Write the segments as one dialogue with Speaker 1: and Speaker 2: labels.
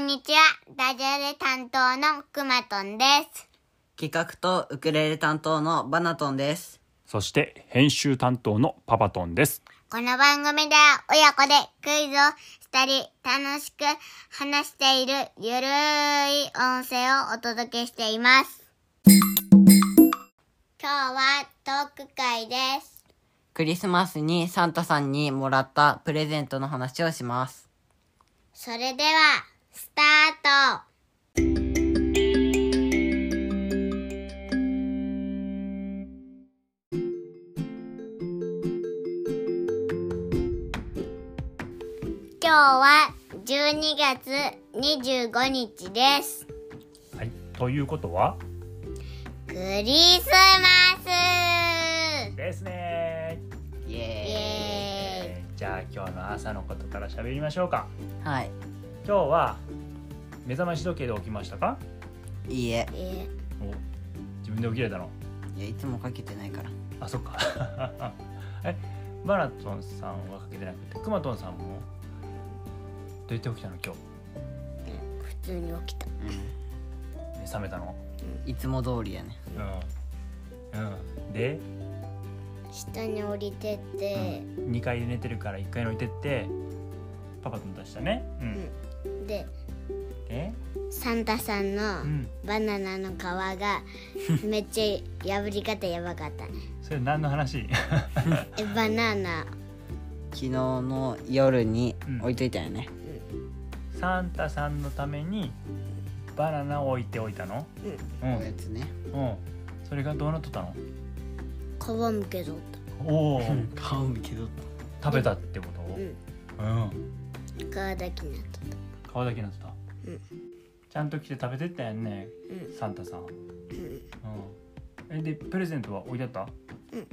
Speaker 1: にちは、ダジャレ担当のくまとんです。
Speaker 2: 企画とウクレレ担当のバナトンです。
Speaker 3: そして編集担当のパパトンです。
Speaker 1: この番組では親子でクイズをしたり、楽しく話しているゆるい音声をお届けしています。今日はトーク会です。
Speaker 2: クリスマスにサンタさんにもらったプレゼントの話をします。
Speaker 1: それでは、スタート今日は12月25日です。
Speaker 3: はい、ということは
Speaker 1: クリスマス
Speaker 3: ですね
Speaker 2: イ
Speaker 1: イ
Speaker 2: エ
Speaker 1: エ
Speaker 3: えーじゃあ今日の朝のことから喋りましょうか。
Speaker 2: ーイ。はい。
Speaker 3: 今日は目覚まし時計で起きましたか
Speaker 2: いいえ。
Speaker 1: ーイえ
Speaker 3: お自分で起きれたの
Speaker 2: いや、いつもかけてないから。
Speaker 3: あ、そっか。 え、バナトンさんはかけてなくて、クマトンさんもどうやって起きたの今
Speaker 1: 普通に起きた。
Speaker 3: 日目覚めたの
Speaker 2: いつも通りやね。
Speaker 3: うん。うん。で、
Speaker 1: 下に降りてって、
Speaker 3: 2階で寝てるから1階に置いてってパパと出したねうん、
Speaker 1: で、
Speaker 3: で、
Speaker 1: サンタさんの
Speaker 3: うん、
Speaker 1: バナナの皮 がめっちゃ破り方やばかったね。
Speaker 3: それ何の話
Speaker 1: えバナナ
Speaker 2: 昨日の夜に置いといたよね。
Speaker 3: サンタさんのためにバナナを置いておいたの
Speaker 2: お
Speaker 3: う
Speaker 2: やつね。
Speaker 3: ん、うん、それがどうなっとったの
Speaker 1: 皮むけどっ
Speaker 3: おお
Speaker 2: 顔向けど。
Speaker 3: 食べたってこと
Speaker 1: た。うん。
Speaker 3: うん
Speaker 1: 皮だけになっとった。
Speaker 3: 皮だけになってた、
Speaker 1: うん
Speaker 3: ちゃんと来て食べてったやんね
Speaker 1: うん。
Speaker 3: サンタさんうん
Speaker 1: うん、
Speaker 3: えでプレゼントは置いてあった
Speaker 1: うん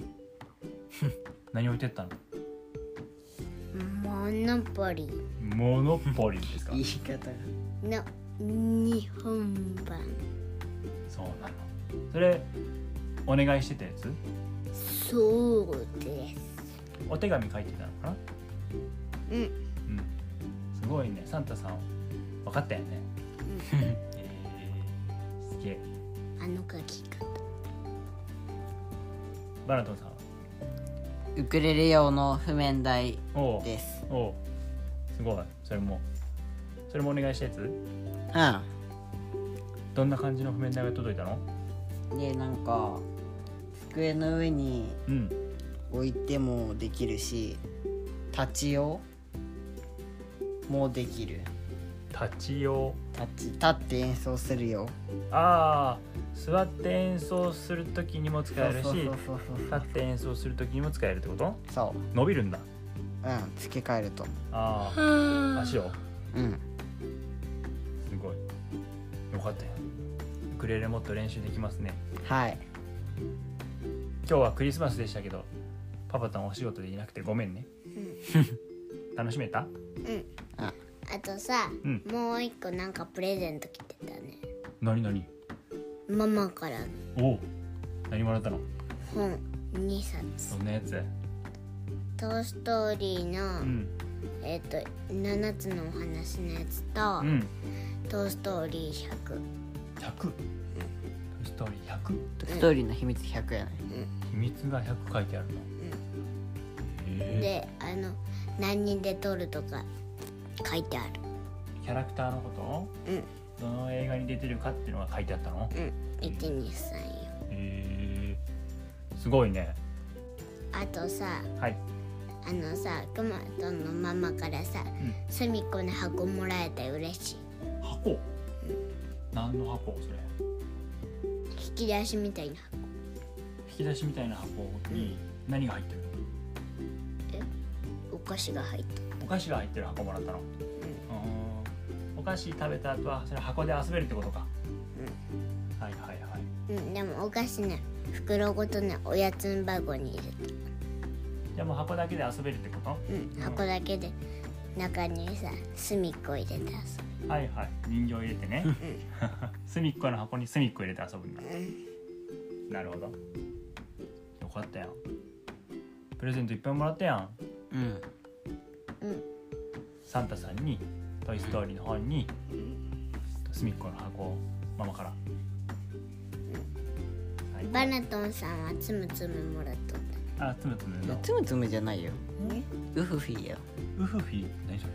Speaker 3: 何置いてったの
Speaker 1: モノポリー
Speaker 3: モノポリーですか
Speaker 2: 言い方が。
Speaker 1: の日本版
Speaker 3: そうなのそれお願いしてたやつ
Speaker 1: そうです
Speaker 3: お手紙書いてたのかな
Speaker 1: うん
Speaker 3: うんすごいねサンタさん分かったよね、 えー、すげえ
Speaker 1: あの書き方
Speaker 3: バナトンさん
Speaker 2: ウクレレ用の譜面台
Speaker 3: おう
Speaker 2: です。
Speaker 3: おうすごいそれもそれもお願いしたやつ
Speaker 2: う
Speaker 3: どんな感じの譜面台が届いたの
Speaker 2: ん。で、なんか。机の上に
Speaker 3: うん
Speaker 2: 置いてもできるし。立ち用。もできる。
Speaker 3: 立ち用
Speaker 2: 立ち、立って演奏するよ。
Speaker 3: ああ座って演奏する時にも使えるし
Speaker 2: そう
Speaker 3: 立
Speaker 2: そうそうそう
Speaker 3: って演奏する時にも使えるってこと
Speaker 2: そう
Speaker 3: 伸びるんだ
Speaker 2: うん付け替えると
Speaker 3: ああ足を
Speaker 2: うん
Speaker 3: すごいよかったよウクレレもっと練習できますね
Speaker 2: はい
Speaker 3: 今日はクリスマスでしたけどパパとんお仕事でいなくてごめんね楽しめた
Speaker 1: うん
Speaker 2: あ
Speaker 1: あとさ、
Speaker 3: うん
Speaker 1: もう一個なんかプレゼント来てたね
Speaker 3: 何何
Speaker 1: ママからの
Speaker 3: おお何もらったの
Speaker 1: 本2冊
Speaker 3: そんなやつ
Speaker 1: 「トーストーリーの」
Speaker 3: うん
Speaker 1: えっ、と7つのお話のやつと
Speaker 3: う、ん
Speaker 1: トーストーリー100」
Speaker 3: 100ストーリー100
Speaker 2: ストーリーの秘密100やね
Speaker 3: 秘密が100書いてあるのへえ
Speaker 1: であの何人で撮るとか書いてある
Speaker 3: キャラクターのこと
Speaker 1: うん
Speaker 3: どの映画に出てるかっていうのが書いてあったの
Speaker 1: うん1234
Speaker 3: へえすごいね
Speaker 1: あとさ
Speaker 3: はい
Speaker 1: あのさくまとのママからさ
Speaker 3: ん
Speaker 1: すみっこの箱もらえて嬉しい
Speaker 3: 箱何の箱それ
Speaker 1: 引き出しみたいな
Speaker 3: 引き出しみたいな箱に何が入ってる
Speaker 1: お菓子が入った
Speaker 3: お菓子が入ってる箱もらったの、うん、お菓子食べた後はそれ箱で遊べるってことか、はいはいはい
Speaker 1: うん、でもお菓子ね袋ごとねおやつ箱に入れて
Speaker 3: じゃあもう箱だけで遊べるってこと、
Speaker 1: うん、箱だけで中にさ隅っこ入れて遊
Speaker 3: はいはい人形入れてね 隅っこの箱に隅っこ入れて遊ぶんだ
Speaker 1: ぶ、うん、
Speaker 3: なるほどよかったやんプレゼントいっぱいもらったやん
Speaker 2: うん
Speaker 3: サンタさんに「トイ・ストーリー」の本に
Speaker 1: ん
Speaker 3: 隅っこの箱をママから、はい
Speaker 1: バナトンさんはつむつむもらっとっ
Speaker 3: あつむつむ
Speaker 2: いや
Speaker 3: の
Speaker 2: つむつむじゃないよ
Speaker 1: たね
Speaker 2: ウフフィーや
Speaker 3: ウフフィ何そ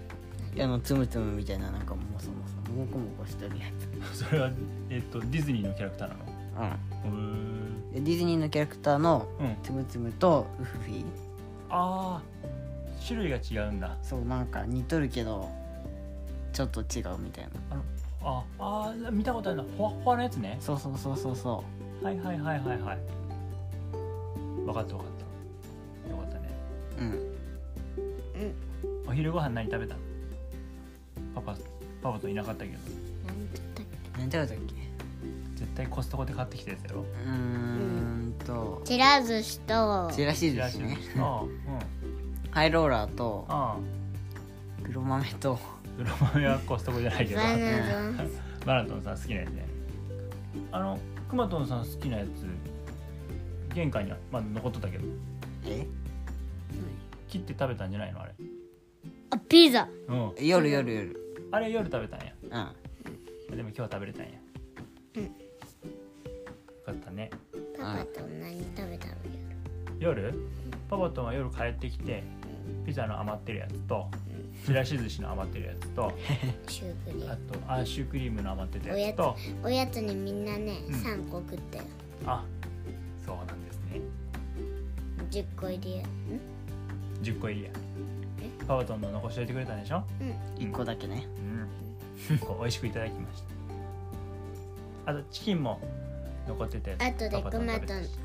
Speaker 3: れ
Speaker 2: あのつむつむみたいななんかもそもそもこもこしてるやつ
Speaker 3: それはえっとディズニーのキャラクターなの
Speaker 2: うんでディズニーのキャラクターの
Speaker 3: うん
Speaker 2: つむつむとウフフィー
Speaker 3: あー種類が違うんだ
Speaker 2: そうなんか似とるけどちょっと違うみたいな
Speaker 3: あのああー見たことあるなほわほわのやつね
Speaker 2: そうそうそうそうそ
Speaker 3: はいはいはいはいはい分かった分かったよかったね
Speaker 2: ううん
Speaker 1: うん
Speaker 3: お昼ご飯何食べたのパパパパといなかったけど
Speaker 1: なんだったっ
Speaker 2: 何食べたっけ
Speaker 3: 絶対コストコで買ってきたやつやろ
Speaker 2: うーんと
Speaker 1: けちらずしと
Speaker 2: ちらし
Speaker 3: チ
Speaker 2: 寿
Speaker 3: ラ
Speaker 2: 司
Speaker 3: シ
Speaker 2: ね
Speaker 3: 寿司のうん
Speaker 2: ハイローラーと
Speaker 3: ああ
Speaker 2: 黒豆と
Speaker 3: 黒豆はコストコじゃないけど
Speaker 1: バナトン
Speaker 3: バラトンさん好きなやつねあのくまとんさん好きなやつ玄関にはまだ残っとったけど
Speaker 2: え
Speaker 3: 切って食べたんじゃないのあれ
Speaker 1: あピザ
Speaker 3: うん
Speaker 2: 夜夜夜
Speaker 3: あれ夜食べたんや
Speaker 2: うん
Speaker 3: でも今日は食べれたんや
Speaker 1: うん
Speaker 3: よかったね
Speaker 1: パパと何食べたのや
Speaker 3: 夜パパとは夜帰ってきてピザの余ってるやつとちらし寿司の余ってるやつと
Speaker 1: ろシュークリー
Speaker 3: あ
Speaker 1: ム
Speaker 3: とあシュークリームの余ってたやつと
Speaker 1: おやつにみんなね
Speaker 3: うん
Speaker 1: 3個食ったよ
Speaker 3: あそうなんですね
Speaker 1: 10個入り
Speaker 3: 10個入りや
Speaker 1: え
Speaker 3: パパとの残しといてくれたんでしょ
Speaker 2: 一個だけね
Speaker 3: うん、こう美味しくいただきましたあとチキンも残ってたや
Speaker 1: あ
Speaker 3: つ
Speaker 1: とで
Speaker 3: パパの
Speaker 1: くま
Speaker 3: 食べた
Speaker 1: とん
Speaker 3: し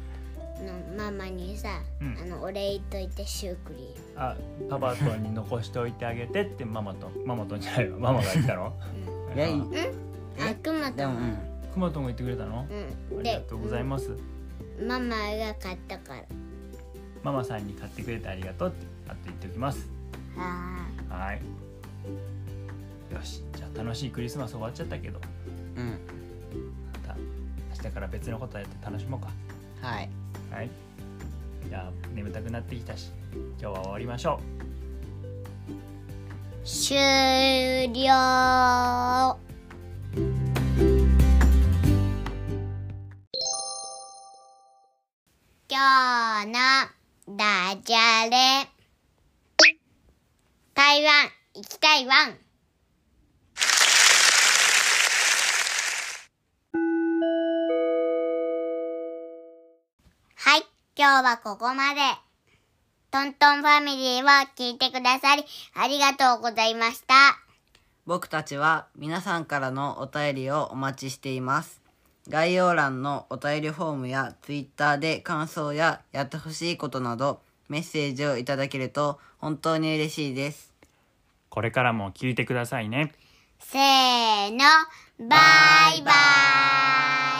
Speaker 1: のママにさ
Speaker 3: うん
Speaker 1: あのお礼言っといてシュークリ
Speaker 3: あパパとに残しておいてあげてってママとママとじゃないわママが言ったの
Speaker 2: いやい
Speaker 3: うん
Speaker 1: ームあくま
Speaker 2: で
Speaker 1: と
Speaker 2: もうんん
Speaker 3: くまとんが言ってくれたの、
Speaker 1: うん
Speaker 3: ありがとうございます、
Speaker 1: ママが買ったから
Speaker 3: ママさんに買ってくれてありがとうってあと言っておきます
Speaker 1: は
Speaker 3: はいよしじゃあ楽しいクリスマス終わっちゃったけど
Speaker 2: うん
Speaker 3: また明日から別のことやって楽しもうか
Speaker 2: はい
Speaker 3: はいじゃあ眠たくなってきたし今日は終わりましょう
Speaker 1: ー終了今日のダジャレ台湾行きたいワンはい今日はここまでトントンファミリーを聞いてくださりありがとうございました
Speaker 2: 僕たちは皆さんからのお便りをお待ちしています概要欄のお便りフォームや Twitter で感想ややってほしいことなどメッセージをいただけると本当に嬉しいです
Speaker 3: これからも聞いてくださいね
Speaker 1: せーのバイバイ